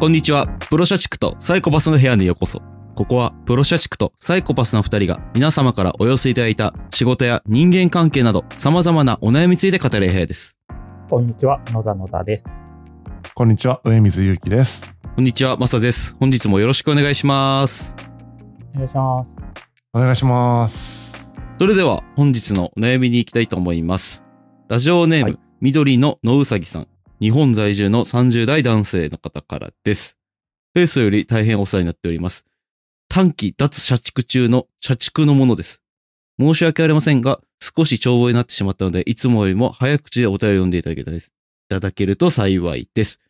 こんにちは。プロ社畜とサイコパスの部屋にようこそ。ここはプロ社畜とサイコパスの2人が皆様からお寄せいただいた仕事や人間関係など様々なお悩みについて語る部屋です。こんにちは、野田野田です。こんにちは、上水祐樹です。こんにちは、マサです。本日もよろしくお願いします。お願いしまお願いします。それでは本日のお悩みに行きたいと思います。ラジオネーム、はい緑の野うさぎさん。日本在住の30代男性の方からです。フェイスより大変お世話になっております。短期脱社畜中の社畜のものです。申し訳ありませんが、少し長文になってしまったので、いつもよりも早口でお便りを読んでいただけたです。いただけると幸いです。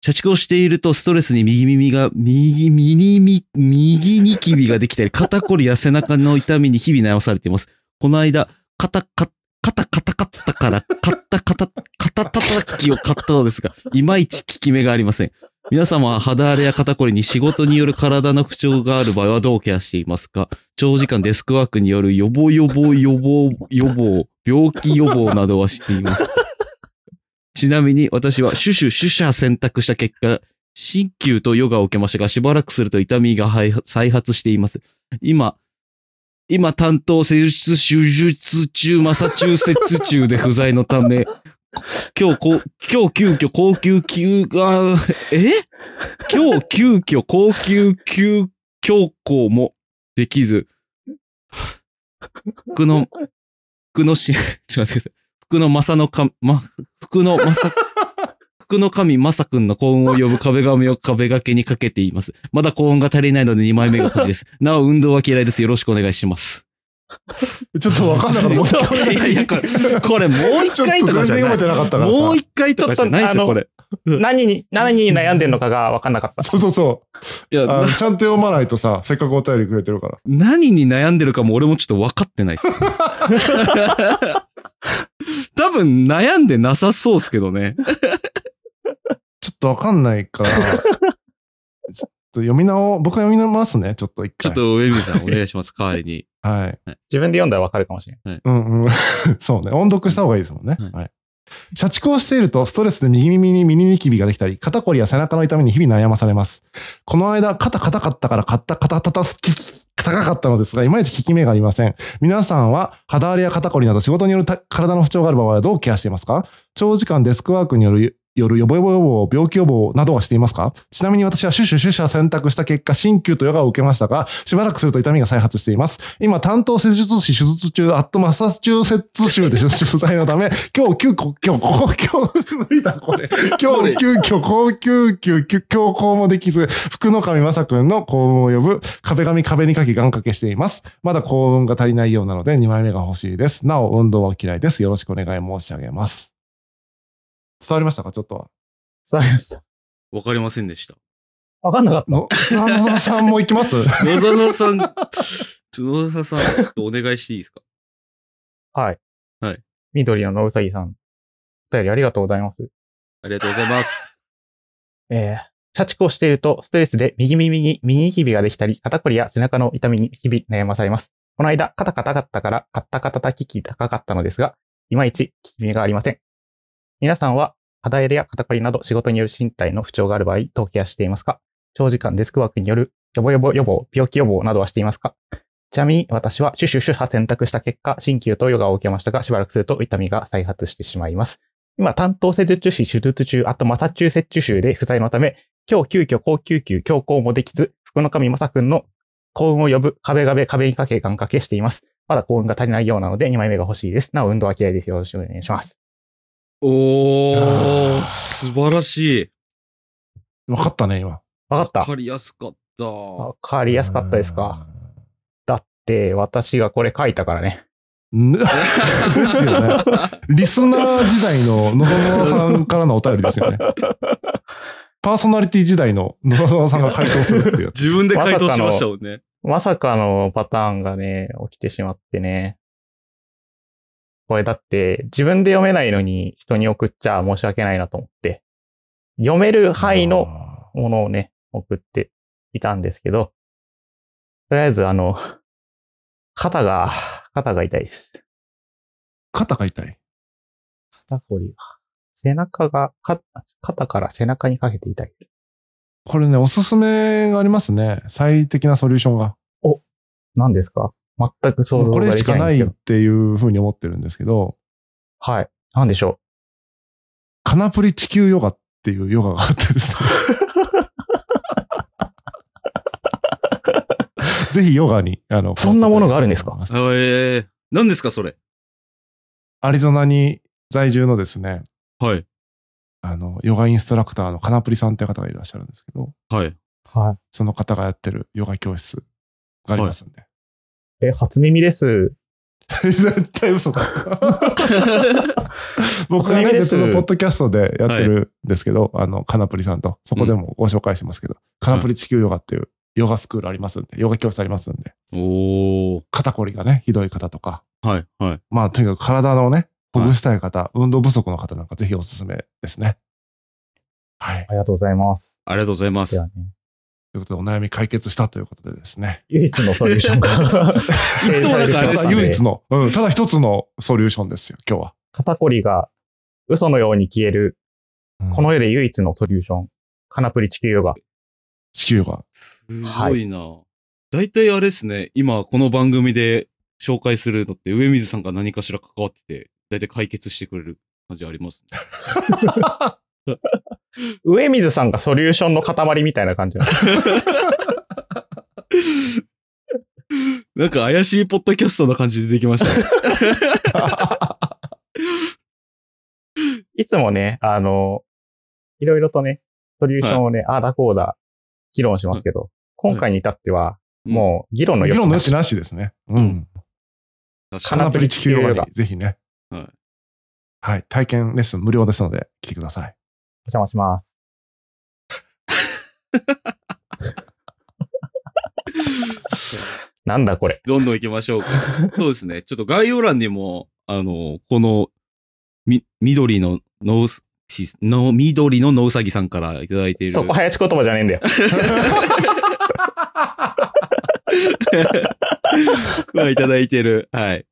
社畜をしているとストレスに右耳が、右、右耳、右ニキビができたり、肩こりや背中の痛みに日々悩まされています。この間、肩、肩、肩、肩、肩から、肩、肩、肩叩きを買ったのですが、いまいち効き目がありません。皆様は肌荒れや肩こりに仕事による体の不調がある場合はどうケアしていますか長時間デスクワークによる予防予防予防予防、病気予防などはしています。ちなみに私はシュシュシュシャ選択した結果、鍼灸とヨガを受けましたが、しばらくすると痛みがはい再発しています。今、今担当施術手術中、マサチューセッツ中で不在のため、 今日こ、今日急遽高級級が、え今日急遽高級級強行もできず、服の、服のし、 ちょっと待ってください。服の正のか、ま、服の正、服の神正くんの幸運を呼ぶ壁紙を壁掛けにかけています。まだ幸運が足りないので2枚目が欲しいです。なお運動は嫌いです。よろしくお願いします。ちょっとわかんなかった。もう一回お願 いいやいやこれこれもう一回とかじゃちょっと全然読なめい。てなかったからさ。もう一回とかじゃないですちょよ、っとこれ。す。何に、何に悩んでんのかが分かんなかった。そうそうそいや、う。あのなちゃんと読まないとさ、せっかくお便りくれてるから。何に悩んでるかも俺もちょっと分かってないです。 多分悩んでなさそうですけどね。ちょっとわかんない から、ちょっと読み直、僕が読み直ますね、ちょっと一ちょ回。っと上水さんお願いします、代わりに。と。はい。自分で読んだら分かるかもしれない。うんうん。そうね。音読した方がいいですもんね。はいはい。社畜をしているとストレスで右耳にミニニキビができたり、肩こりや背中の痛みに日々悩まされます。この間、肩硬かったから買った肩たたすき、高かったのですが、いまいち効き目がありません。皆さんは肌荒れや肩こりなど仕事によるた体の不調がある場合はどうケアしていますか長時間デスクワークによるよる予防予防予防、病気予防などはしていますかちなみに私はシュシュシュシャ選択した結果、鍼灸とヨガを受けましたが、しばらくすると痛みが再発しています。今、担当施術師手術中、アットマサチューセッツ州で取材のため、今日急遽、今日、高級、無理だ、これ。今日、急遽、高級、急遽、強行もできず、福の神正くんの幸運を呼ぶ、壁紙壁にかけ願掛けしています。まだ幸運が足りないようなので、2枚目が欲しいです。なお、運動は嫌いです。よろしくお願い申し上げます。伝わりましたかちょっとは。伝わりました。わかりませんでした。分かんなかっの、津田野田さんも行きます野沢さん、ちょ野沢さん、ちょっとお願いしていいですかた。はい。はい。緑の野うさぎさん。お便りありがとうございます。ありがとうございます。えー、社畜をしていると、ストレスで右耳にミニキビができたり、肩こりや背中の痛みに日々悩まされます。この間、肩肩かったから、カッタカタタキキ高かったのですが、いまいち効き目がありません。皆さんは、肌荒れや肩こりなど仕事による身体の不調がある場合、どうケアしていますか長時間デスクワークによる予防予防予防、病気予防などはしていますかちなみに私はシュシュシュ派選択した結果、鍼灸とヨガを受けましたが、しばらくすると痛みが再発してしまいます。今、担当施術師手術中、あとマサチューセッチュ州で不在のため、今日急遽高級級強行もできず、福の神正くんの幸運を呼ぶ壁壁壁にかけ願掛けしています。まだ幸運が足りないようなので2枚目が欲しいです。なお運動は嫌いです。よろしくお願いします。おあー、ー素晴らしい。分かったね、今。わかわったかりやすかった。わかりやすかったですかだって私がこれ書いたからね。うん。ね ですよね。リスナー時代の野沢さんからのお便りですよね。パーソナリティ時代の 野沢さんが回答するっていうやつ。自分で回答しましたもんね。まさかのパターンがね、起きてしまってね。これだって自分で読めないのに人に送っちゃ申し訳ないなと思って。読める範囲のものをね、送っていたんですけど、とりあえずあの、肩が、肩が痛いです。肩が痛い。肩こりが。背中が、か肩から背中にかけて痛い。これね、おすすめがありますね。最適なソリューションが。何ですか全く想も像うこができないんれですしけど。かないっていうふうに思ってるんですけど、はい。何でしょカナプリ地球ヨガっていうヨガがあってです ね。ぜひヨガに、あの、そんなものがあるんですかえー、何ですか、それ。アリゾナに在住のですね、はい。あの、ヨガインストラクターのカナプリさんって方がいらっしゃるんですけど、はい。うはその方がやってるヨガ教室がありますんで。い。え、初耳です。 絶対嘘だ。 僕は初ね、耳です別のポッドキャストでやってるんですけど、あの、カナプリさんと、そこでもご紹介しますけど、カナプリ地球ヨガっていうヨガスクールありますんで、ヨガ教室ありますんで、 おー。肩こりがね、ひどい方とか、はい、はい。まあ、とにかく体のね、ほぐしたい方、運動不足の方なんかぜひおすすめですね。はい。ありがとうございます。ありがとうございますで。はね、ということで、お悩み解決したということでですね。唯一のソリューションが。いいつもなんかあれたです だね唯一の、うん、ただ一つのソリューションですよ、今日は。肩こりが嘘のように消える、この世で唯一のソリューション。カナプリ地球ヨガ。地球が。すごいな。大体あれですね、今この番組で紹介するのって、上水さんが何かしら関わってて、大体解決してくれる感じありますね。上水さんがソリューションの塊みたいな感じ なんです。なんか怪しいポッドキャストな感じでできましたね。いつもね、あの、いろいろとね、ソリューションをね、ああだこうだ、議論しますけど、今回に至っては、もう議論の議余地論のな余し地なしですね。ううん。ん。確カかにナプリ地球ヨガにぜひね。はいはい。体験レッスン無料ですので、来てく ださい。お邪魔し ます。なんだこれ。どんどん行きましょうか。そうですね。ちょっと概要欄にも、あの、この、み、緑のノウス、シスの、緑のノウサギさんからいただいている。そこ早口言葉じゃねえんだよ。まあいただいてる、 はい。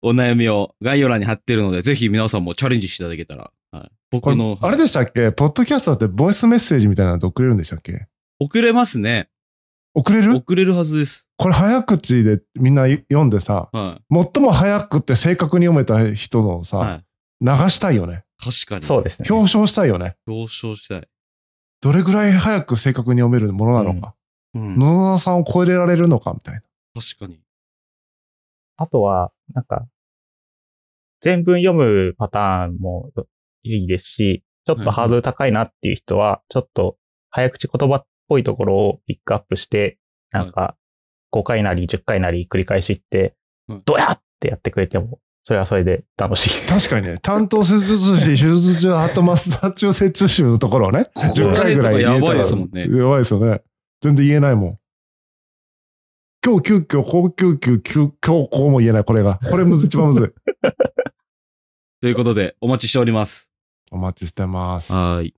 お悩みを概要欄に貼ってるので、ぜひ皆さんもチャレンジしていただけたら。はい、こ僕れの、あれでしたっけポッドキャストってボイスメッセージみたいなのって送れるんでしたっけ遅れますね。送れる遅れるはずです。これ早口でみんな読んでさ、は最も早くって正確に読めた人のい。さ、はい。流したいよね。確かに。そうですね。表彰したいよね。表彰したい。どれぐらい早く正確に読めるものなのか。うん。野々村さんを超えられるのかみたいな。確かに。あとは、なんか、全文読むパターンもいいですし、ちょっとハードル高いなっていう人は、ちょっと早口言葉っぽいところをピックアップして、なんか、5回なり10回なり繰り返しってうん、ドヤってやってくれても、それはそれで楽しい。確かにね、担当施 術師、手術中、ハートマスター中接種のところをね、ここ10回ぐらい言えたやばらいですもんねやばいですよね。全然言えないもん。今日急遽、高級急急強行も言えない、これが。これむず、一番むずい。 ということで、お待ちしております。お待ちしてます。はい。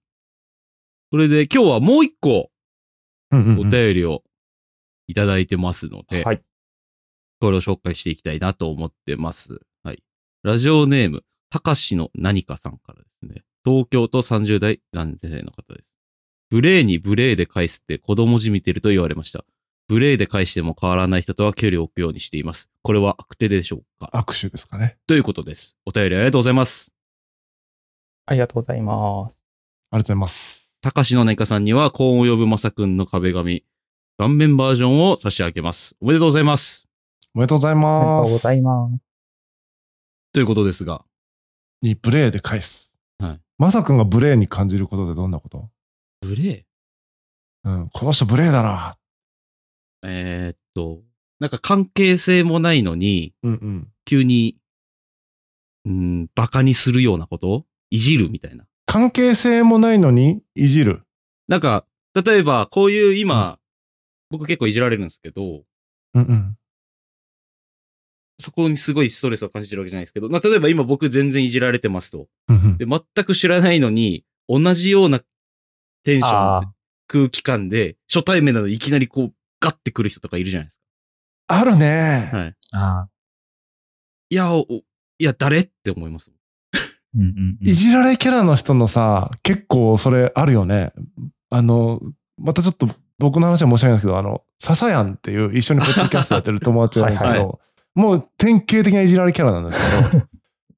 それで、今日はもう一個、うんうんおうん便りをいただいてますの で、はい。これを紹介していきたいなと思ってます。はい。ラジオネーム、たかしの何かさんからですね。東京都30代男性の方です。無礼に無礼で返すって子供じみてると言われました。無礼で返しても変わらない人とは距離を置くようにしています。これは悪手でしょうか握手ですかね。ということです。お便りありがとうございます。ありがとうございます。ありがとうございます。たかしの何かさんには、幸運を呼ぶまさくんの壁紙、顔面バージョンを差し上げます。おめでとうございます。おめでとうございありがまとうす。ございます。ということですが、に無礼で返す。はいまさくんが無礼に感じることでどんなこと無礼うん、この人無礼だな。えーっと、なんか関係性もないのに、うんうん。急に、うん、バカにするようなことをいじるみたいな。関係性もないのにいじる。なんか、例えば、こういう今、僕結構いじられるんですけど、うんうん。そこにすごいストレスを感じてるわけじゃないですけど、まあ、例えば今僕全然いじられてますと。うんうんで、全く知らないのに、同じようなテンショあン、空気感で、初対面なのにいきなりこう、ガッてくる人とかいるじゃないですあるね。か。はい。あ、ああ、いや、お、おいや、誰って思います。うんうん、うんいじられキャラの人のさ、結構それあるよね。あの、またちょっと僕の話は申し訳ないんですけど、あの、ササヤンっていう一緒にポッドキャストやってる友達がいるんですけはいど、もう典型的ないじられキャラなんです けど、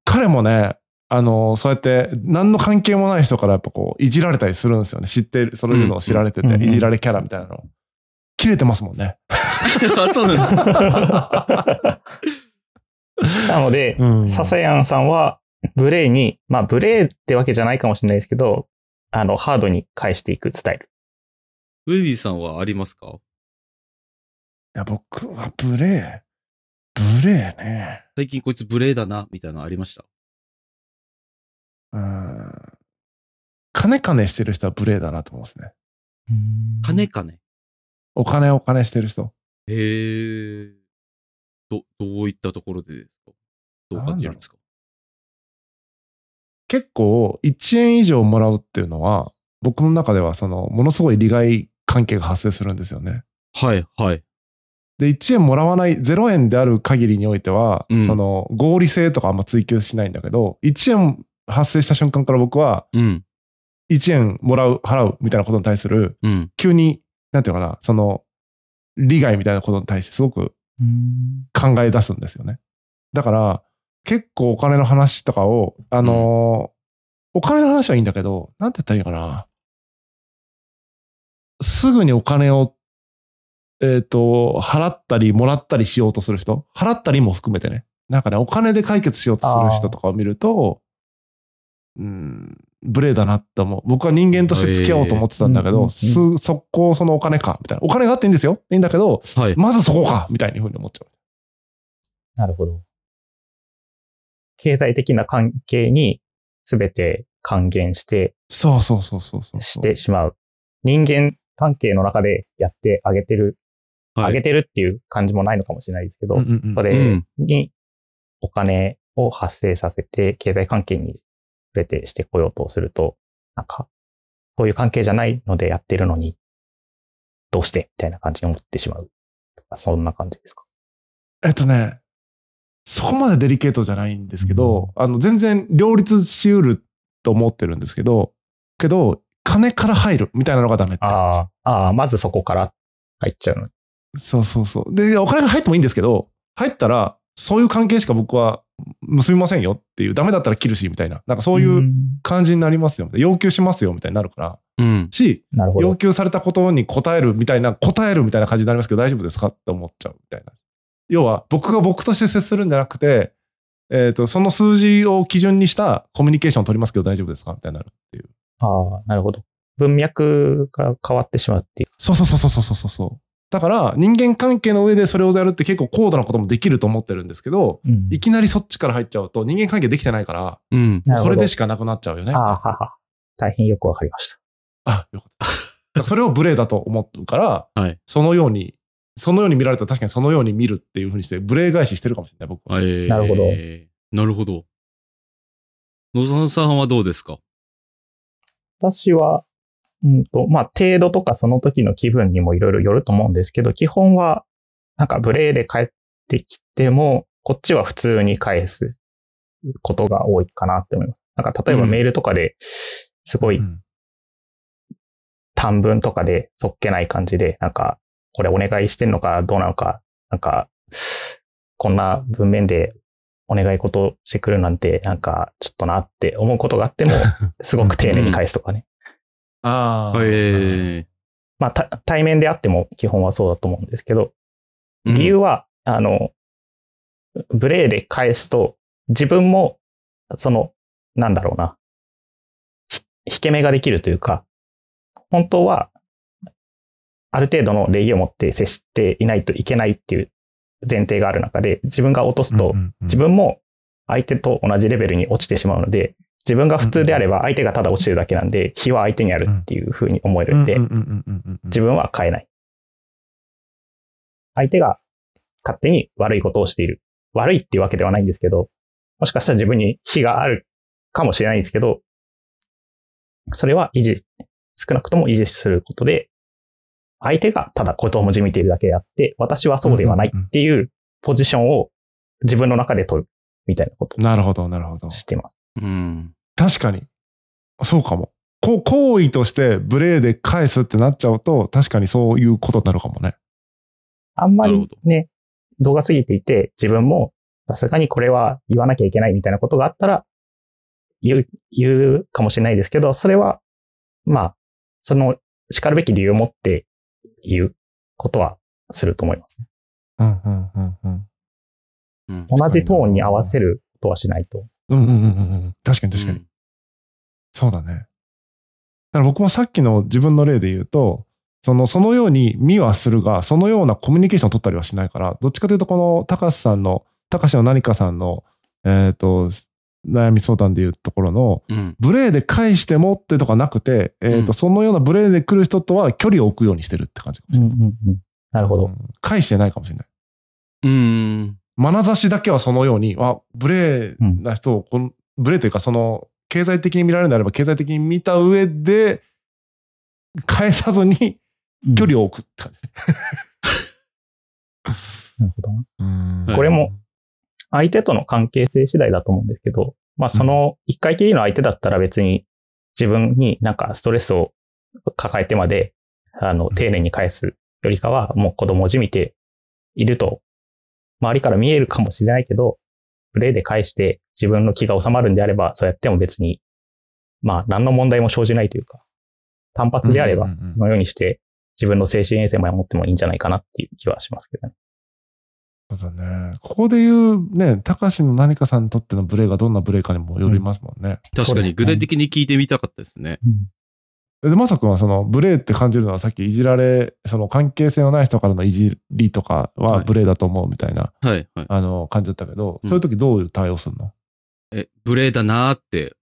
彼もね、あの、そうやって何の関係もない人からやっぱこう、いじられたりするんですよね。知ってる、そういうのを知られてうんて、うんいじられキャラみたいなの。切れてますもんね。あそうなん です。 なので、うんササヤンさんは、無礼に、まあ、無礼ってわけじゃないかもしれないですけど、あの、ハードに返していくスタイル。ウェビーさんはありますかいや、僕は無礼。無礼ね。最近こいつ無礼だな、みたいなのありました。うん。金金してる人は無礼だなと思うんですね。金かねお金お金してる人。へえ。ど、どういったところでですかどう感じるんですか結構1円以上もらうっていうのは、僕の中ではその、ものすごい利害関係が発生するんですよね。はい、はい。で、1円もらわない、0円である限りにおいては、うんその、合理性とかあんま追求しないんだけど、1円発生した瞬間から僕は、うん、 1円もらう、払うみたいなことに対する、うん。急に、なんていうのかな、その、利害みたいなことに対してすごく考え出すんですよね。だから、結構お金の話とかを、あのーお金の話はいいんだけど、なんて言ったらいいのかな。すぐにお金を、えっ、と、払ったり、もらったりしようとする人、払ったりも含めてね。なんかね、お金で解決しようとする人とかを見ると、うん、無礼だなって思う。僕は人間として付き合おうと思ってたんだけへーうんうんうど、んす、速攻そのお金か、みたいな。お金があっていいんですよ。いいんだけど、はい。まずそこか、みたいな風に思っちゃう。なるほど。経済的な関係に全て還元して、そうそうそうそうそうそう。してしまう。人間関係の中でやってあげてる、はあいげてるっていう感じもないのかもしれないですけど、うんうんうんそれにお金を発生させて、経済関係に全てしてこようとすると、なんか、そういう関係じゃないのでやってるのに、どうしてみたいな感じに思ってしまう。とかそんな感じですか。えっとね、そこまでデリケートじゃないんですけど、あの、全然両立しうると思ってるんですけど、けど、金から入るみたいなのがダメって感じああ、ああ、まずそこから入っちゃうの。そうそうそう。で、お金が入ってもいいんですけど、入ったら、そういう関係しか僕は結びませんよっていう、ダメだったら切るし、みたいな。なんかそういうう感じになりますよ。要求しますよ、みたいになるから。うん。し、なるほ要ど。求されたことに答えるみたいな、答えるみたいな感じになりますけど、大丈夫ですかって思っちゃうみたいな。要は、僕が僕として接するんじゃなくて、えっ、と、その数字を基準にしたコミュニケーションを取りますけど大丈夫ですかみたいになるっていう。ああ、なるほど。文脈が変わってしまうっていう。そうそうそうそうそうそうそう。だから、人間関係の上でそれをやるって結構高度なこともできると思ってるんですけど、いきなりそっちから入っちゃうと人間関係できてないから、うん。なるほそどれでしかなくなっちゃうよね。ああ、はは。大変よくわかりました。あ、よかった。だからそれを無礼だと思うから、はいそのように、そのように見られたら確かにそのように見るっていうふうにして、無礼返ししてるかもしれない、僕は。えーなるほど。なるほど。野沢さんはどうですか私は、うんと、まあ、程度とかその時の気分にもいろいろよると思うんですけど、基本は、なんか無礼で帰ってきても、こっちは普通に返すことが多いかなって思います。なんか例えばうんメールとかで、すごいうん短文とかでそっけない感じで、なんか、これお願いしてんのかどうなのか、なんか、こんな文面でお願い事してくるなんて、なんか、ちょっとなって思うことが あっても、すごく丁寧に返すとかね。ああ。えまあ、た対面であっても基本はそうだと思うんですけど、ー理由は、あの、無礼で返すと、自分も、その、なんだろうな、ひ引け目ができるというか、本当は、ある程度の礼儀を持って接していないといけないっていう前提がある中で、自分が落とすと、自分も相手と同じレベルに落ちてしまうので、自分が普通であれば相手がただ落ちてるだけなんで、非は相手にあるっていうふうに思えるんで、自分。分は変えない。相手が勝手に悪いことをしている。悪いっていうわけではないんですけど、もしかしたら自分に非があるかもしれないんですけど、それは維持、少なくとも維持することで、相手がただことをもじみているだけであって、私はそうではないっていうポジションを自分の中で取るみたいなことなるほど、なるほどを。してます。うん。確かに。そうかも。こう、行為として無礼で返すってなっちゃうと、確かにそういうことになるかもね。あんまなるりほどね、動画過ぎていて、自分もさすがにこれは言わなきゃいけないみたいなことがあったら、言う、言うかもしれないですけど、それは、まあ、その叱るべき理由を持って言うことはすると思います。うんうんうんううん。ん同じトーンに合わせることはしないと。うんうんうんうんうん。確かに確かに。うんそうだね。だから僕もさっきの自分の例で言うと、そのそのように見はするが、そのようなコミュニケーションを取ったりはしないから、どっちかというと、この高橋さんの、高橋の何かさんの、えっ、と、悩み相談でいうところの、うん。無礼で返してもってとかなくて、えーとうんそのような無礼で来る人とは距離を置くようにしてるって感じかもしれない。なるほうど。ん返してないかもしれない。うん。眼差しだけはそのように、あ、無礼な人をこの、無礼というか、その、経済的に見られるのであれば、経済的に見た上で、返さずに距離を。を置くって感じ。なるほどなはいこれも。相手との関係性次第だと思うんですけど、まあその一回きりの相手だったら別に自分になんかストレスを抱えてまで、あの、丁寧に返すよりかは、もう子供をじみていると、周りから見えるかもしれないけど、プレイで返して自分の気が収まるんであれば、そうやっても別に、まあ何の問題も生じないというか、単発であればうんう、んうんこのようにして自分の精神衛生も守ってもいいんじゃないかなっていう気はしますけどね。そうだね。ここで言うね、高橋の何かさんにとっての無礼がどんな無礼かにもよりますもんね。確そかうですねに、具体的に聞いてみたかったですね。で、まさくんはその無礼って感じるのはさっきいじられ、その関係性のない人からのいじりとかははい無礼だと思うみたいな、はい、はい。あの感じだったけど、うんそういう時どういう対応するの、え、無礼だなーって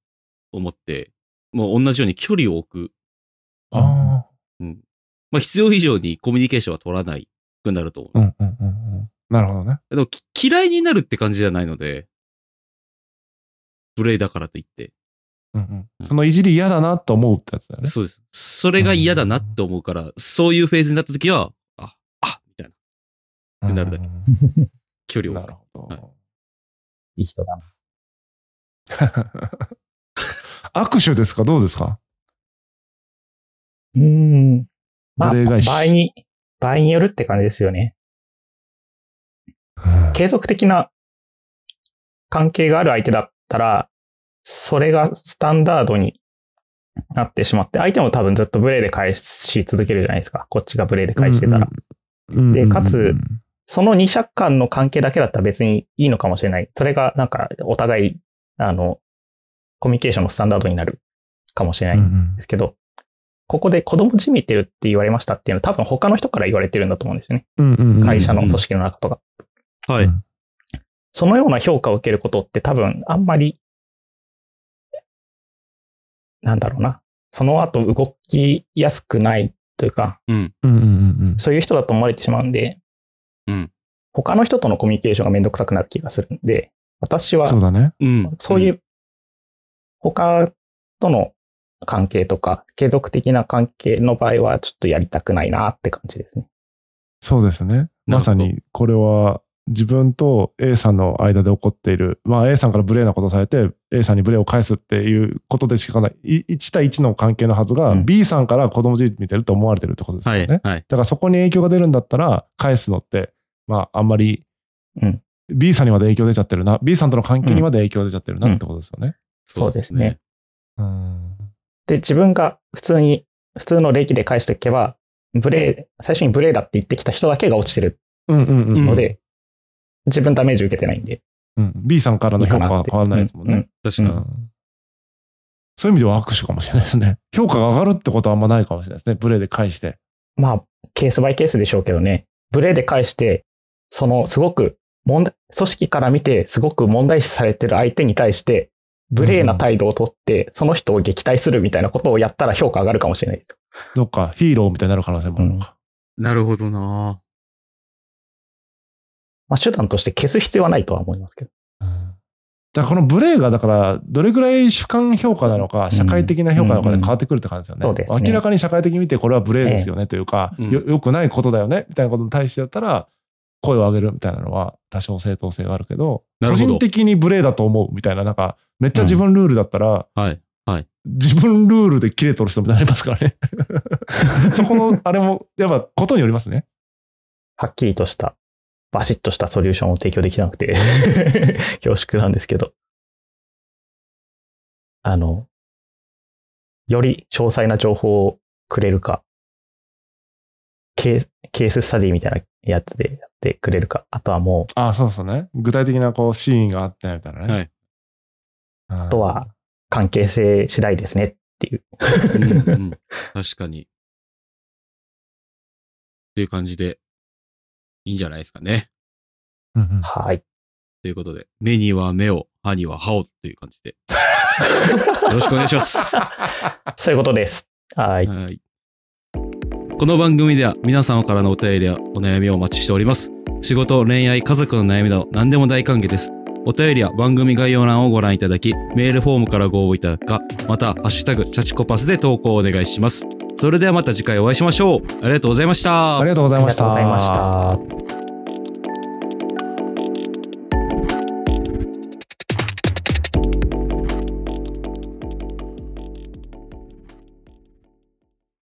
思って、もう同じように距離を置く。あまあ、必要以上にコミュニケーションは取らないくなると思あ、うんうんうんうん。なるほどね。う。でも、き嫌いになるって感じじゃないので、無礼だからといって。うんうん、そのいじり嫌だなと思うってやつだよね。そうです。それが嫌だなって思うから、そういうフェーズになった時は、あ、あ、みたいなうんうんなるだけ距離をな置るく。ほど。はい いい人だな。握手ですかどうですかうーん。まあ、奴隷返し場合に、場合によるって感じですよね。継続的な関係がある相手だったら、それがスタンダードになってしまって、相手も多分ずっと無礼で返し続けるじゃないですか。こっちが無礼で返してたら。うんうんでかつその二者間の関係だけだったら別にいいのかもしれない。それがなんかお互い、あの、コミュニケーションのスタンダードになるかもしれない。うんうんですけど、ここで子供じみてるって言われましたっていうのは多分他の人から言われてるんだと思うんですよね。うんうんうん会社の組織の中とか。はういん。そのような評価を受けることって多分あんまり、なんだろうな。その後動きやすくないというか、うん。うんうんうんうん。そういう人だと思われてしまうんで、うん他の人とのコミュニケーションがめんどくさくなる気がするんで、私はそうだね。うん。。そういうう、他との関係とか、継続的な関係の場合は、ちょっとやりたくないなって感じですね。そうですね。なるほどまさにこれは自分と A さんの間で起こっている、まあ、A さんから無礼なことをされて A さんに無礼を返すっていうことでしかないい1対1の関係のはずが、うん B さんから子供じみてると思われてるってことですよはね。い、だはい。からそこに影響が出るんだったら返すのって、まあ、あんまりうん B さんにまで影響出ちゃってるな B さんとの関係にまで影響出ちゃってるなってことですよね。そうですね。うんで、自分が普通に、普通の礼儀で返していけば、無礼、最初に無礼だって言ってきた人だけが落ちてるうんうんうんうんので、自分ダメージ受けてないんで、うん、B さんからのいい評か価なはって。変わらないですもんね。うんうん確かに。うんそういう意味では握手かもしれないですね。評価が上がるってことはあんまないかもしれないですね。プレイで返して。まあ、ケースバイケースでしょうけどね、無礼で返して、その、すごく問題、組織から見て、すごく問題視されてる相手に対して、無礼な態度をとって、その人を撃退するみたいなことをやったら評価上がるかもしれない。どっかヒーローみたいになる可能性もあるのか。なるほどなまあ、手段として消す必要はないとは思いますけど。うんだからこのブレイが、だから、どれぐらい主観評価なのか、社会的な評価なのかでうん変わってくるって感じですよね。そうですね明らかに社会的に見て、これはブレイですよねというか、ええよ良くないことだよねみたいなことに対してだったら、声を上げるみたいなのは多少正当性があるけど、な個るほど人的にブレイだと思うみたいな、なんか、めっちゃ自分ルールだったら、はい。自分ルールで切れとる人みたいになりますから ね。そこの、あれも、やっぱ、ことによりますね。はっきりとした、バシッとしたソリューションを提供できなく て、恐縮なんですけど。あの、より詳細な情報をくれるか、ケーケーススタディみたいなやつでやってくれるか、あとはもう、ああ、そうそうね。具体的な、こう、シーンがあって、みたいなね。はいうん。ああとは関係性次第ですねっていう。うんうん、 確かに。っていう感じで、いいんじゃないですかね。うんうん、 はい。ということで、目には目を、歯には歯をという感 じで。よろしくお願いします。そういうことです。はい。はい。この番組では皆様からのお便りやお悩みをお待ちしております。仕事、恋愛、家族の悩みなど何でも大歓迎です。お便りは番組概要欄をご覧いただき、メールフォームからご応募いただくか、また、ハッシュタグ、チャチコパスで投稿をお願いします。それではまた次回お会いしましょう。ありがとうございましたあり。がとうござありいがましとうた。ございました。